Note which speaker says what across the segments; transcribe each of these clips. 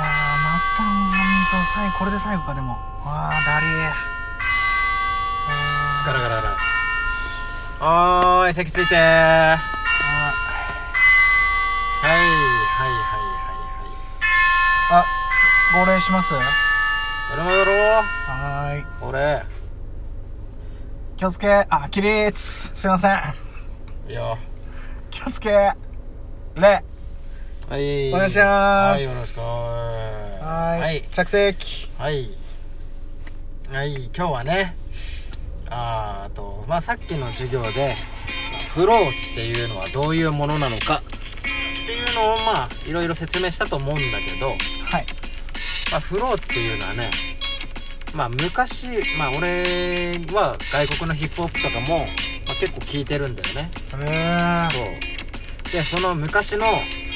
Speaker 1: ったもんと最後これで最後かでもああだりー
Speaker 2: ガラガラガラおーい席ついてー
Speaker 1: あ
Speaker 2: はいはいはいはいはい
Speaker 1: あ号令しますは
Speaker 2: 誰もやろう
Speaker 1: ーい
Speaker 2: 俺
Speaker 1: 気をつけあ起立すいません
Speaker 2: いいよ
Speaker 1: 気をつけ礼
Speaker 2: はい
Speaker 1: お願いします
Speaker 2: はいよろしく
Speaker 1: はーい
Speaker 2: はい
Speaker 1: 着席
Speaker 2: はいはい今日はねあーあとまあさっきの授業でまあフローっていうのはどういうものなのかっていうのをまあいろいろ説明したと思うんだけど
Speaker 1: はい
Speaker 2: まあ、フローっていうのはね、まあ、昔、まあ、俺は外国のヒップホップとかも、まあ、結構聴いてるんだよね
Speaker 1: え
Speaker 2: そうでその昔の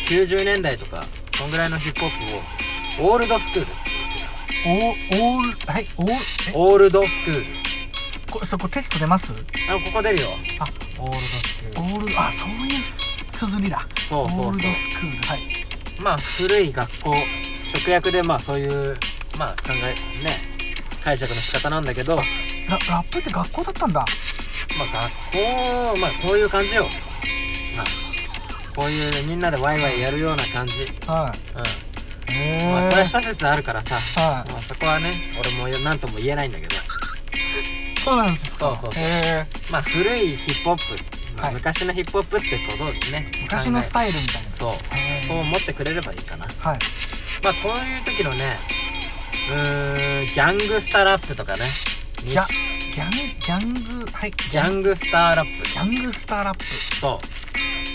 Speaker 2: 90年代とかそんぐらいのヒップホップをオールドスクール
Speaker 1: ー、おおーはいおーえ
Speaker 2: オールドスクール
Speaker 1: これそこテスト出ます
Speaker 2: あここ出るよ
Speaker 1: あ
Speaker 2: オールドスク
Speaker 1: オールドあそういうす綴りだ
Speaker 2: そうそうそう
Speaker 1: オールドスクールはい
Speaker 2: ルまあ古い学校直訳でまあそういうまあ考えね解釈の仕方なんだけど
Speaker 1: ラ
Speaker 2: ま
Speaker 1: ラップって学校だったんだ
Speaker 2: あ学校まあこういう感じよまあこういうみんなでワイワイやるような感じ
Speaker 1: は
Speaker 2: う
Speaker 1: いえ
Speaker 2: ん。まあ、これは諸説あるからさ、
Speaker 1: はい
Speaker 2: まあ、そこはね、俺も何とも言えないんだけど、
Speaker 1: そうなんですか
Speaker 2: そうそうそう
Speaker 1: へ
Speaker 2: まあ、古いヒップホップ、まあ
Speaker 1: はい
Speaker 2: 昔のヒップホップってことをね、
Speaker 1: ー昔のス
Speaker 2: イ
Speaker 1: タイルみたいな
Speaker 2: そう
Speaker 1: へ、ー
Speaker 2: そう思ってくれればいいかな。
Speaker 1: はい
Speaker 2: まあ、こういう時のね、うーん、ギャングスターラップとかね、
Speaker 1: ギャギャンギャングはいギ
Speaker 2: ギャングスターラップ、
Speaker 1: ャングスターラップ
Speaker 2: そう。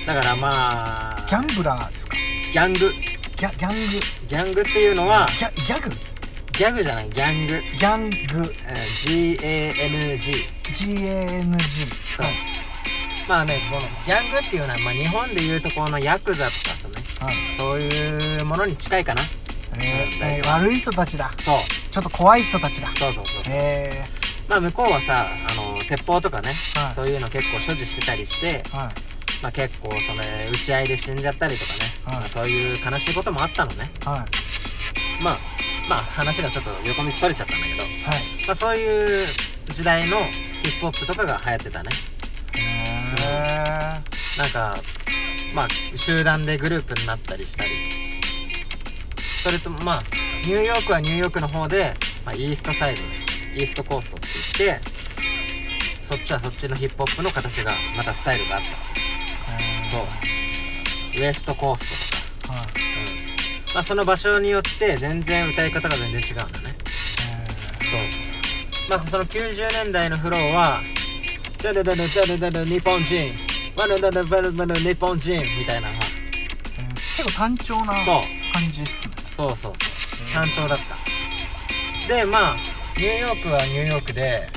Speaker 2: だからまあ、
Speaker 1: ギャンブラーですか
Speaker 2: ギャング、
Speaker 1: ギャギャング
Speaker 2: ギャングっていうのは、
Speaker 1: ギャギャグ
Speaker 2: ギャグじゃない、ギャング、
Speaker 1: ギャング
Speaker 2: えー G-A-N-G。
Speaker 1: GANG
Speaker 2: そう
Speaker 1: はい
Speaker 2: まあねこのギャングっていうのは、まあ、日本でいうとこのヤクザとかさ
Speaker 1: は
Speaker 2: ね
Speaker 1: い
Speaker 2: そういうものに近いかな
Speaker 1: えー
Speaker 2: 大
Speaker 1: えー
Speaker 2: 丈夫
Speaker 1: 悪い人たちだ
Speaker 2: そう
Speaker 1: ちょっと怖い人たちだ
Speaker 2: そうそうそうそう
Speaker 1: え
Speaker 2: まあ向こうはさあの鉄砲とかね、
Speaker 1: はい
Speaker 2: そういうの結構所持してたりして、
Speaker 1: ーはい
Speaker 2: まあ、結構それ打ち合いで死んじゃったりとかね、
Speaker 1: はい
Speaker 2: まあ、そういう悲しいこともあったのね
Speaker 1: は
Speaker 2: まあまあ話がちょっと横道それちゃったんだけど、
Speaker 1: いはい
Speaker 2: まあ、そういう時代のヒップホップとかが流行ってたね
Speaker 1: へ
Speaker 2: なんかまあ集団でグループになったりしたりそれとまあニューヨークはニューヨークの方で、まあ、イーストサイドイーストコーストって言ってそっちはそっちのヒップホップの形がまたスタイルがあった
Speaker 1: え
Speaker 2: そうウエストコーストとか、
Speaker 1: ーはい
Speaker 2: うんまあ、その場所によって全然歌い方が全然違うんだねそうまあその90年代のフローは「ダルダルダルダル日本人」「ワルダルダルダル日本人」みたいな
Speaker 1: えー結構単調な
Speaker 2: そう
Speaker 1: 感じっすね
Speaker 2: そうそうそう単調だったでまあニューヨークはニューヨークで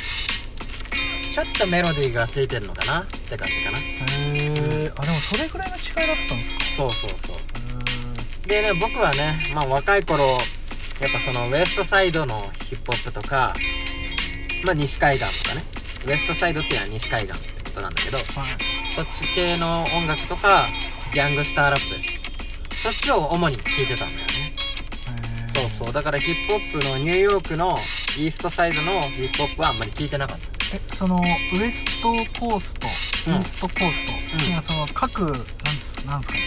Speaker 2: ちょっとメロディーがついてるのかなって感じかな
Speaker 1: へえあでもそれぐらいの違いだったんですか
Speaker 2: そうそうそうでね僕はねまあ若い頃やっぱそのウエストサイドのヒップホップとかまあ西海岸とかねウエストサイドっていうのは西海岸ってことなんだけど
Speaker 1: へーはい
Speaker 2: そっち系の音楽とかギャングスターラップそっちを主に聴いてたんだよね
Speaker 1: へー
Speaker 2: そうそうだからヒップホップのニューヨークのイーストサイドのヒップホップはあんまり聞いてなかった
Speaker 1: えそのウエストコーストイ
Speaker 2: うん
Speaker 1: ーストコースト、
Speaker 2: ん
Speaker 1: 今その各なんですなんですかね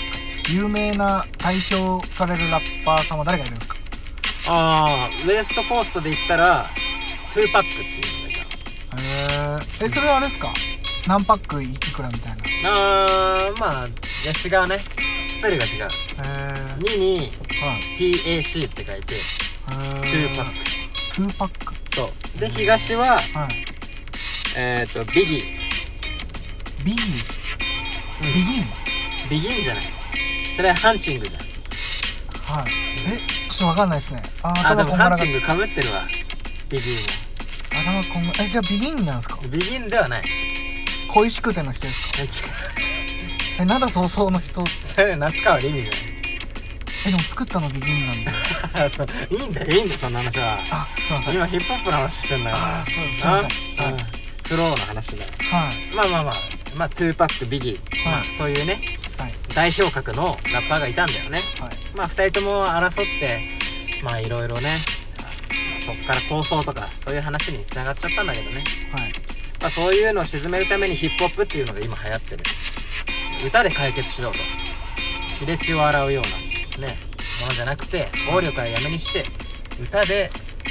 Speaker 1: 有名な代表されるラッパーさんは誰がいるんですか
Speaker 2: ああウエストコーストで言ったらトゥーパックっていうのがいた
Speaker 1: ええそれはあれですか何パックいくらみたいな
Speaker 2: あーまあいや違うねスペルが違う
Speaker 1: え
Speaker 2: 2に
Speaker 1: はい
Speaker 2: PAC って書いて
Speaker 1: ト
Speaker 2: トゥーパッ
Speaker 1: ク2パック
Speaker 2: クそうで東は
Speaker 1: はい
Speaker 2: えっ、とビギ
Speaker 1: ビギー、
Speaker 2: う
Speaker 1: ビ
Speaker 2: ん
Speaker 1: ギン
Speaker 2: ビギンじゃないそれはハンチングじゃん
Speaker 1: はいえちょっとわかんないですねあー
Speaker 2: あ
Speaker 1: 頭
Speaker 2: でも
Speaker 1: こんが
Speaker 2: ハ
Speaker 1: ら
Speaker 2: ン
Speaker 1: が
Speaker 2: チングかぶってるわビギ
Speaker 1: 頭こんがえじゃあビギンなんですか
Speaker 2: ンもビギンではない
Speaker 1: 恋しくての人ですか
Speaker 2: 違う
Speaker 1: えなんだ早々の人
Speaker 2: それ夏川りみじゃない
Speaker 1: えでも作ったのビギンなん で
Speaker 2: あそういいんだよいいんだよそんな話は
Speaker 1: あすいません
Speaker 2: 今ヒップホップの話してんだよ
Speaker 1: あーそうすい
Speaker 2: あ
Speaker 1: ません
Speaker 2: うんフローの話だよ
Speaker 1: はい
Speaker 2: まあまあまあまあ2パックビギー、
Speaker 1: はい
Speaker 2: まあ、そういうね
Speaker 1: はい
Speaker 2: 代表格のラッパーがいたんだよね
Speaker 1: はい
Speaker 2: まあ2人とも争ってまあいろいろねそっから構想とかそういう話につながっちゃったんだけどね、
Speaker 1: はい
Speaker 2: まあ、そういうのを沈めるためにヒップホップっていうのが今流行ってる歌で解決しようと血で血を洗うようなねものじゃなくて暴力はやめにして歌で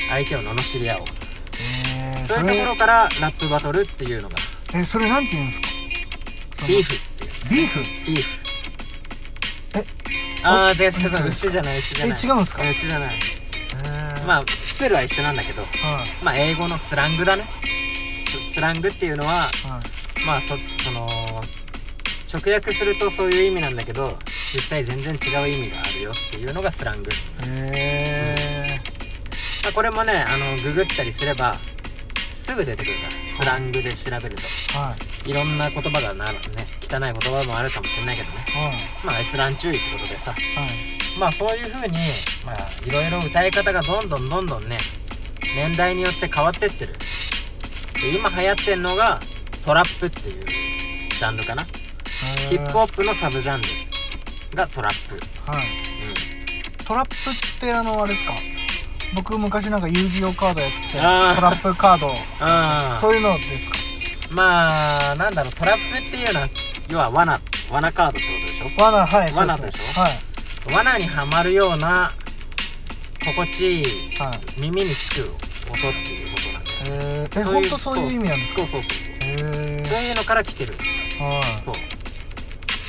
Speaker 2: 相手を罵り合おう
Speaker 1: えー、
Speaker 2: そ
Speaker 1: そ
Speaker 2: ういうとこ
Speaker 1: れ
Speaker 2: ろからラップバトルっていうのが
Speaker 1: えそれなんて言うんですかその
Speaker 2: ビーフっていう
Speaker 1: ビーフ
Speaker 2: ビーフ
Speaker 1: え
Speaker 2: ああ違う違う
Speaker 1: 本当
Speaker 2: 違う
Speaker 1: です
Speaker 2: 牛じゃない牛じゃない
Speaker 1: え違うんですか
Speaker 2: 牛じゃない
Speaker 1: えー、
Speaker 2: まあスペルは一緒なんだけど
Speaker 1: はい
Speaker 2: まあ英語のスラングだねススラングっていうのは
Speaker 1: はい
Speaker 2: まあそその直訳するとそういう意味なんだけど実際全然違う意味があるよっていうのがスラング、
Speaker 1: え
Speaker 2: まあ、これもねあのググったりすればすぐ出てくるからスラングで調べると
Speaker 1: ー、はい
Speaker 2: いろんな言葉がなるね汚い言葉もあるかもしれないけどね
Speaker 1: はい
Speaker 2: まあ閲覧注意ってことでさ
Speaker 1: はい
Speaker 2: まあそういう風にまあいろいろ歌い方がどんどんどんどんね年代によって変わってってるで今流行ってんのがトラップっていうジャンルかなヒップホップのサブジャンルがトラップ、
Speaker 1: はいトラップってあのあれですか僕昔なんか遊戯王カードやっててト
Speaker 2: あー
Speaker 1: ラップカ ード
Speaker 2: あ
Speaker 1: そういうのですか
Speaker 2: まあなんだろうトラップっていうのは要は罠罠カードってことでしょ
Speaker 1: 罠はい
Speaker 2: 罠
Speaker 1: そう
Speaker 2: でしょ
Speaker 1: はい
Speaker 2: 罠にはまるような心地いい
Speaker 1: はい
Speaker 2: 耳につく音っていうことなんだよ
Speaker 1: えー、え
Speaker 2: そう
Speaker 1: 本
Speaker 2: いう
Speaker 1: 当そういう意味なんですか
Speaker 2: そうそうそうそう
Speaker 1: へ
Speaker 2: そういうのから来てる
Speaker 1: えは
Speaker 2: そうい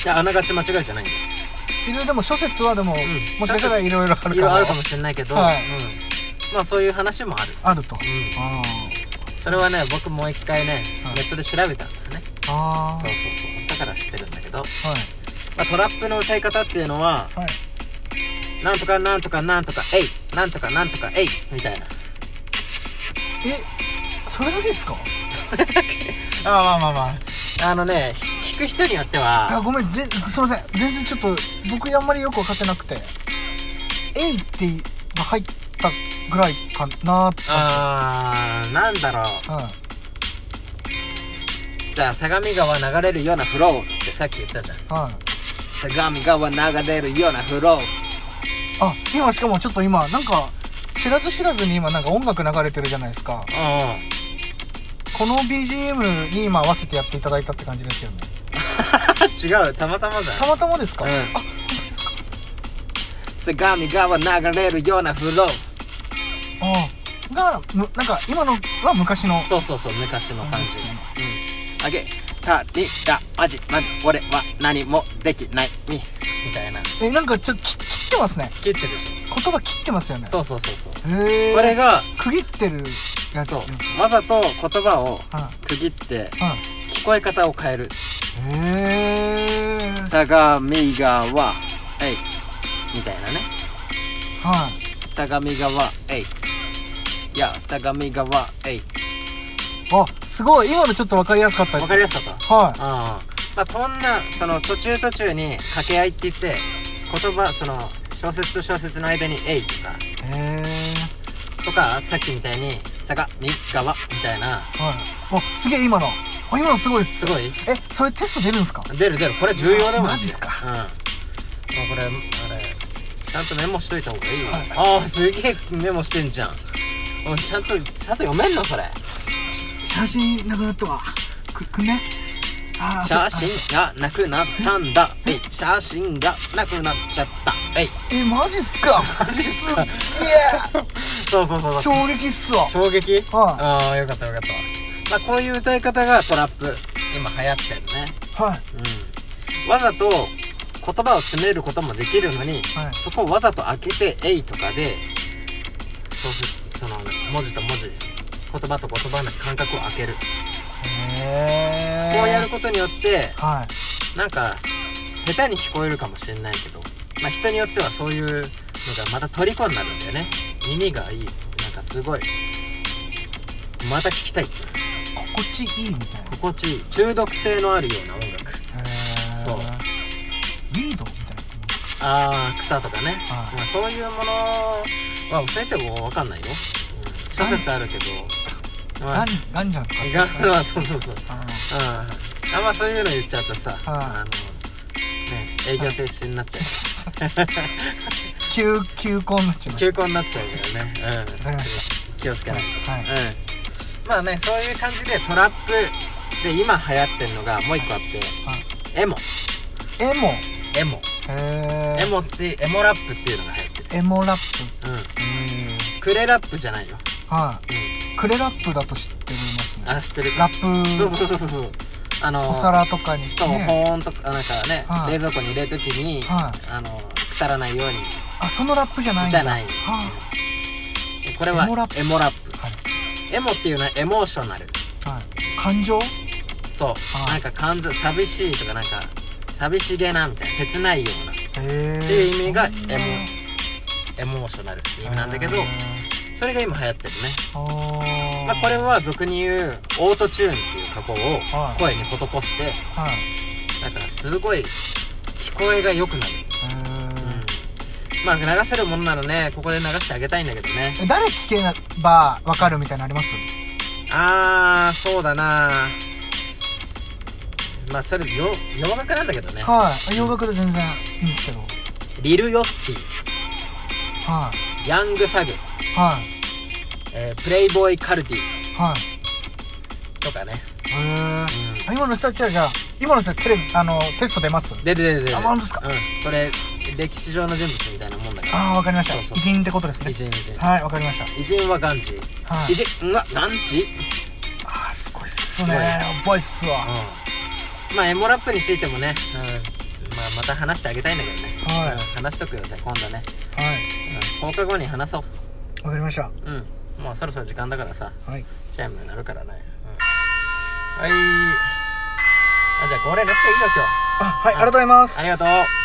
Speaker 2: やあながち間違いじゃないんだよ
Speaker 1: いいろいろでも諸説はでも、もしかしたらいろいろあるかも
Speaker 2: いろいろあるかもしれないけど、
Speaker 1: はい
Speaker 2: うん、まあそういう話もある
Speaker 1: あると、
Speaker 2: ん
Speaker 1: あ
Speaker 2: それはね僕もう一回ね
Speaker 1: はい
Speaker 2: ネットで調べたんだよね
Speaker 1: ーあ
Speaker 2: そうそうそうだから知ってるんだけど、
Speaker 1: ーはい
Speaker 2: まあ、トラップの歌い方っていうのは
Speaker 1: はい
Speaker 2: なんとかなんとかなんとかえいなんとかなんとかえいみたいな
Speaker 1: えそれだけですか
Speaker 2: あまあまあまああのねひ聞く人によっては
Speaker 1: あごめんぜすいません全然ちょっと僕あんまりよく分かってなくて「えい」ってが入ったぐらいかなーって
Speaker 2: あーなんだろ
Speaker 1: は
Speaker 2: うじゃあ相模川流れるようなフローってさっき言ったじゃん
Speaker 1: いはい
Speaker 2: 相模川流れるようなフ ロー
Speaker 1: あ今しかもちょっと今なんか知らず知らずに今なんか音楽流れてるじゃないですか
Speaker 2: うんうん
Speaker 1: この BGM に今合わせてやっていただいたって感じですよね
Speaker 2: 違うたまたまだ
Speaker 1: たまたまですか、
Speaker 2: うん
Speaker 1: あ本当ですか
Speaker 2: 相模川流れるようなフロー
Speaker 1: ああがむなんか今のは昔の
Speaker 2: そうそうそう昔の感じ
Speaker 1: そうで
Speaker 2: うんあげたりだマジマジ俺は何もできないみみたいな
Speaker 1: えなんかちょっと切切ってますね
Speaker 2: 切ってるでし
Speaker 1: 言葉切ってますよね
Speaker 2: ょそうそうそうそう
Speaker 1: へえ
Speaker 2: これが
Speaker 1: 区切ってるやつ
Speaker 2: そう
Speaker 1: です
Speaker 2: わざと言葉を
Speaker 1: う
Speaker 2: 区切って
Speaker 1: ん
Speaker 2: 聞こえ方を変える
Speaker 1: うんへえ
Speaker 2: 相模川えいみたいなね
Speaker 1: はい
Speaker 2: 相模川えいいや相模川えい
Speaker 1: あすごい今のちょっと分かりやすかったです
Speaker 2: わかりやすかった
Speaker 1: はい
Speaker 2: あーまあこんなその途中途中に掛け合いって言って言葉その小説と小説の間に「えい」とか
Speaker 1: へえ
Speaker 2: とかさっきみたいに「さがみがわ」みたいな
Speaker 1: はいあすげえ今のあ今のすごいっす
Speaker 2: すごい
Speaker 1: えそれテスト出るんですか
Speaker 2: 出る出るこれ重要だもん
Speaker 1: マジっすか
Speaker 2: うんもうこれあれちゃんとメモしといた方がいいよ、
Speaker 1: はい
Speaker 2: ああすげえメモしてんじゃんおいちゃんとちゃんと読めんのそれ
Speaker 1: 写真なくなったわくくんねあー
Speaker 2: 写
Speaker 1: そっか
Speaker 2: 真がなくなったんだえい写真がなくなっちゃったえい
Speaker 1: えマジっす か
Speaker 2: マジっすか
Speaker 1: すっげ
Speaker 2: そうそうそう
Speaker 1: え衝撃っすわ
Speaker 2: 衝撃、
Speaker 1: はい
Speaker 2: ああよかったよかったまあこういう歌い方がトラップ今流行ってるね
Speaker 1: はい
Speaker 2: うんわざと言葉を詰めることもできるのに、
Speaker 1: はい
Speaker 2: そこをわざと開けて「えい」とかでそうすその文字と文字言葉と言葉の間隔を開ける、
Speaker 1: へえ
Speaker 2: こうやることによって
Speaker 1: はい
Speaker 2: なんか下手に聞こえるかもしれないけどまあ人によってはそういうのがまた虜になるんだよね耳がいいなんかすごいまた聞きたい
Speaker 1: 心地いいみたいな
Speaker 2: 心地いい中毒性のあるような音楽
Speaker 1: へえ
Speaker 2: そう
Speaker 1: リードみたいな
Speaker 2: ああ草とかね、
Speaker 1: はい
Speaker 2: まあ、そういうものは先生も分かんないよ、うん、諸説あるけどま
Speaker 1: ガ
Speaker 2: あ
Speaker 1: ンガンじゃんとか
Speaker 2: いかんまあそうそうそう
Speaker 1: あー
Speaker 2: うんあんまあそういうの言っちゃうとさ、
Speaker 1: はい
Speaker 2: あの営業停止になっちゃ
Speaker 1: 休休校になっちゃいうま
Speaker 2: 休校になっちゃうからね
Speaker 1: わかりまし
Speaker 2: うん気をつけないと
Speaker 1: たはい
Speaker 2: うん、まあねそういう感じでトラップで今流行ってるのがもう一個あってエモ
Speaker 1: エモ
Speaker 2: エモ
Speaker 1: へ
Speaker 2: エモってエモラップっていうのが流行ってる、
Speaker 1: えエモラッ
Speaker 2: う
Speaker 1: プうん
Speaker 2: ん、クレラップじゃないよ、
Speaker 1: は
Speaker 2: う
Speaker 1: いクレラップだと知ってます
Speaker 2: ん、
Speaker 1: ね
Speaker 2: あ知ってる
Speaker 1: ラップ
Speaker 2: そうそうそうそうそうあの
Speaker 1: お皿とかに
Speaker 2: そう
Speaker 1: ね
Speaker 2: 保温とかなんかね、
Speaker 1: はい
Speaker 2: 冷蔵庫に入れるときに、
Speaker 1: は
Speaker 2: あの腐らないように
Speaker 1: あそのラップじゃないん
Speaker 2: じ
Speaker 1: だ
Speaker 2: ゃない
Speaker 1: は
Speaker 2: これは
Speaker 1: エモラップ
Speaker 2: エモラップ
Speaker 1: あはい
Speaker 2: エモっていうのはエモーショナル
Speaker 1: はい感情
Speaker 2: そう
Speaker 1: あ
Speaker 2: なんか感情寂しいとかなんか寂しげなみたいな切ないような
Speaker 1: へえ
Speaker 2: っていう意味がエモエモーショナルっていう意味なんだけどそれが今流行ってるね、
Speaker 1: あー
Speaker 2: まあ、これは俗に言うオートチューンっていう加工を
Speaker 1: はい
Speaker 2: 声に施して
Speaker 1: はい
Speaker 2: だからすごい聞こえが良くなる、
Speaker 1: へー
Speaker 2: うん、まあ流せるものならねここで流してあげたいんだけどね
Speaker 1: え誰聞けばわかるみたいなのあります
Speaker 2: あーそうだなまあそれよ洋楽なんだけどね
Speaker 1: はい洋楽で全然いいんですけど
Speaker 2: リル・ヨッティ
Speaker 1: はい
Speaker 2: ヤング・サグ、
Speaker 1: はい
Speaker 2: えープレイボーイ・カルティ
Speaker 1: はい
Speaker 2: とかね、
Speaker 1: へーあ今の人たちはじゃあ今の人はテレビあのテスト出ます
Speaker 2: 出る出る出る
Speaker 1: あ本当ですか
Speaker 2: うん、これ歴史上の人物みたいなもんだから
Speaker 1: ああわかりまし
Speaker 2: そうそ
Speaker 1: た
Speaker 2: う
Speaker 1: 偉人ってことですね
Speaker 2: 偉人偉人
Speaker 1: はいわかりました
Speaker 2: 偉人はガンジー
Speaker 1: はい
Speaker 2: 偉人はガンジー
Speaker 1: ああすごいっすねボイっすわ
Speaker 2: うんまあエモラップについてもね、うんまあ、また話してあげたいんだけどね、
Speaker 1: はい
Speaker 2: うん話しとくよじゃあ今度ね、
Speaker 1: はい
Speaker 2: うん、放課後に話そう
Speaker 1: わかりました
Speaker 2: うんもうそろそろ時間だからさ
Speaker 1: はい
Speaker 2: チャイムになるからね、うん、はいあじゃあ恒例レストいいよ今日
Speaker 1: あはいありがとうございます
Speaker 2: ありがとう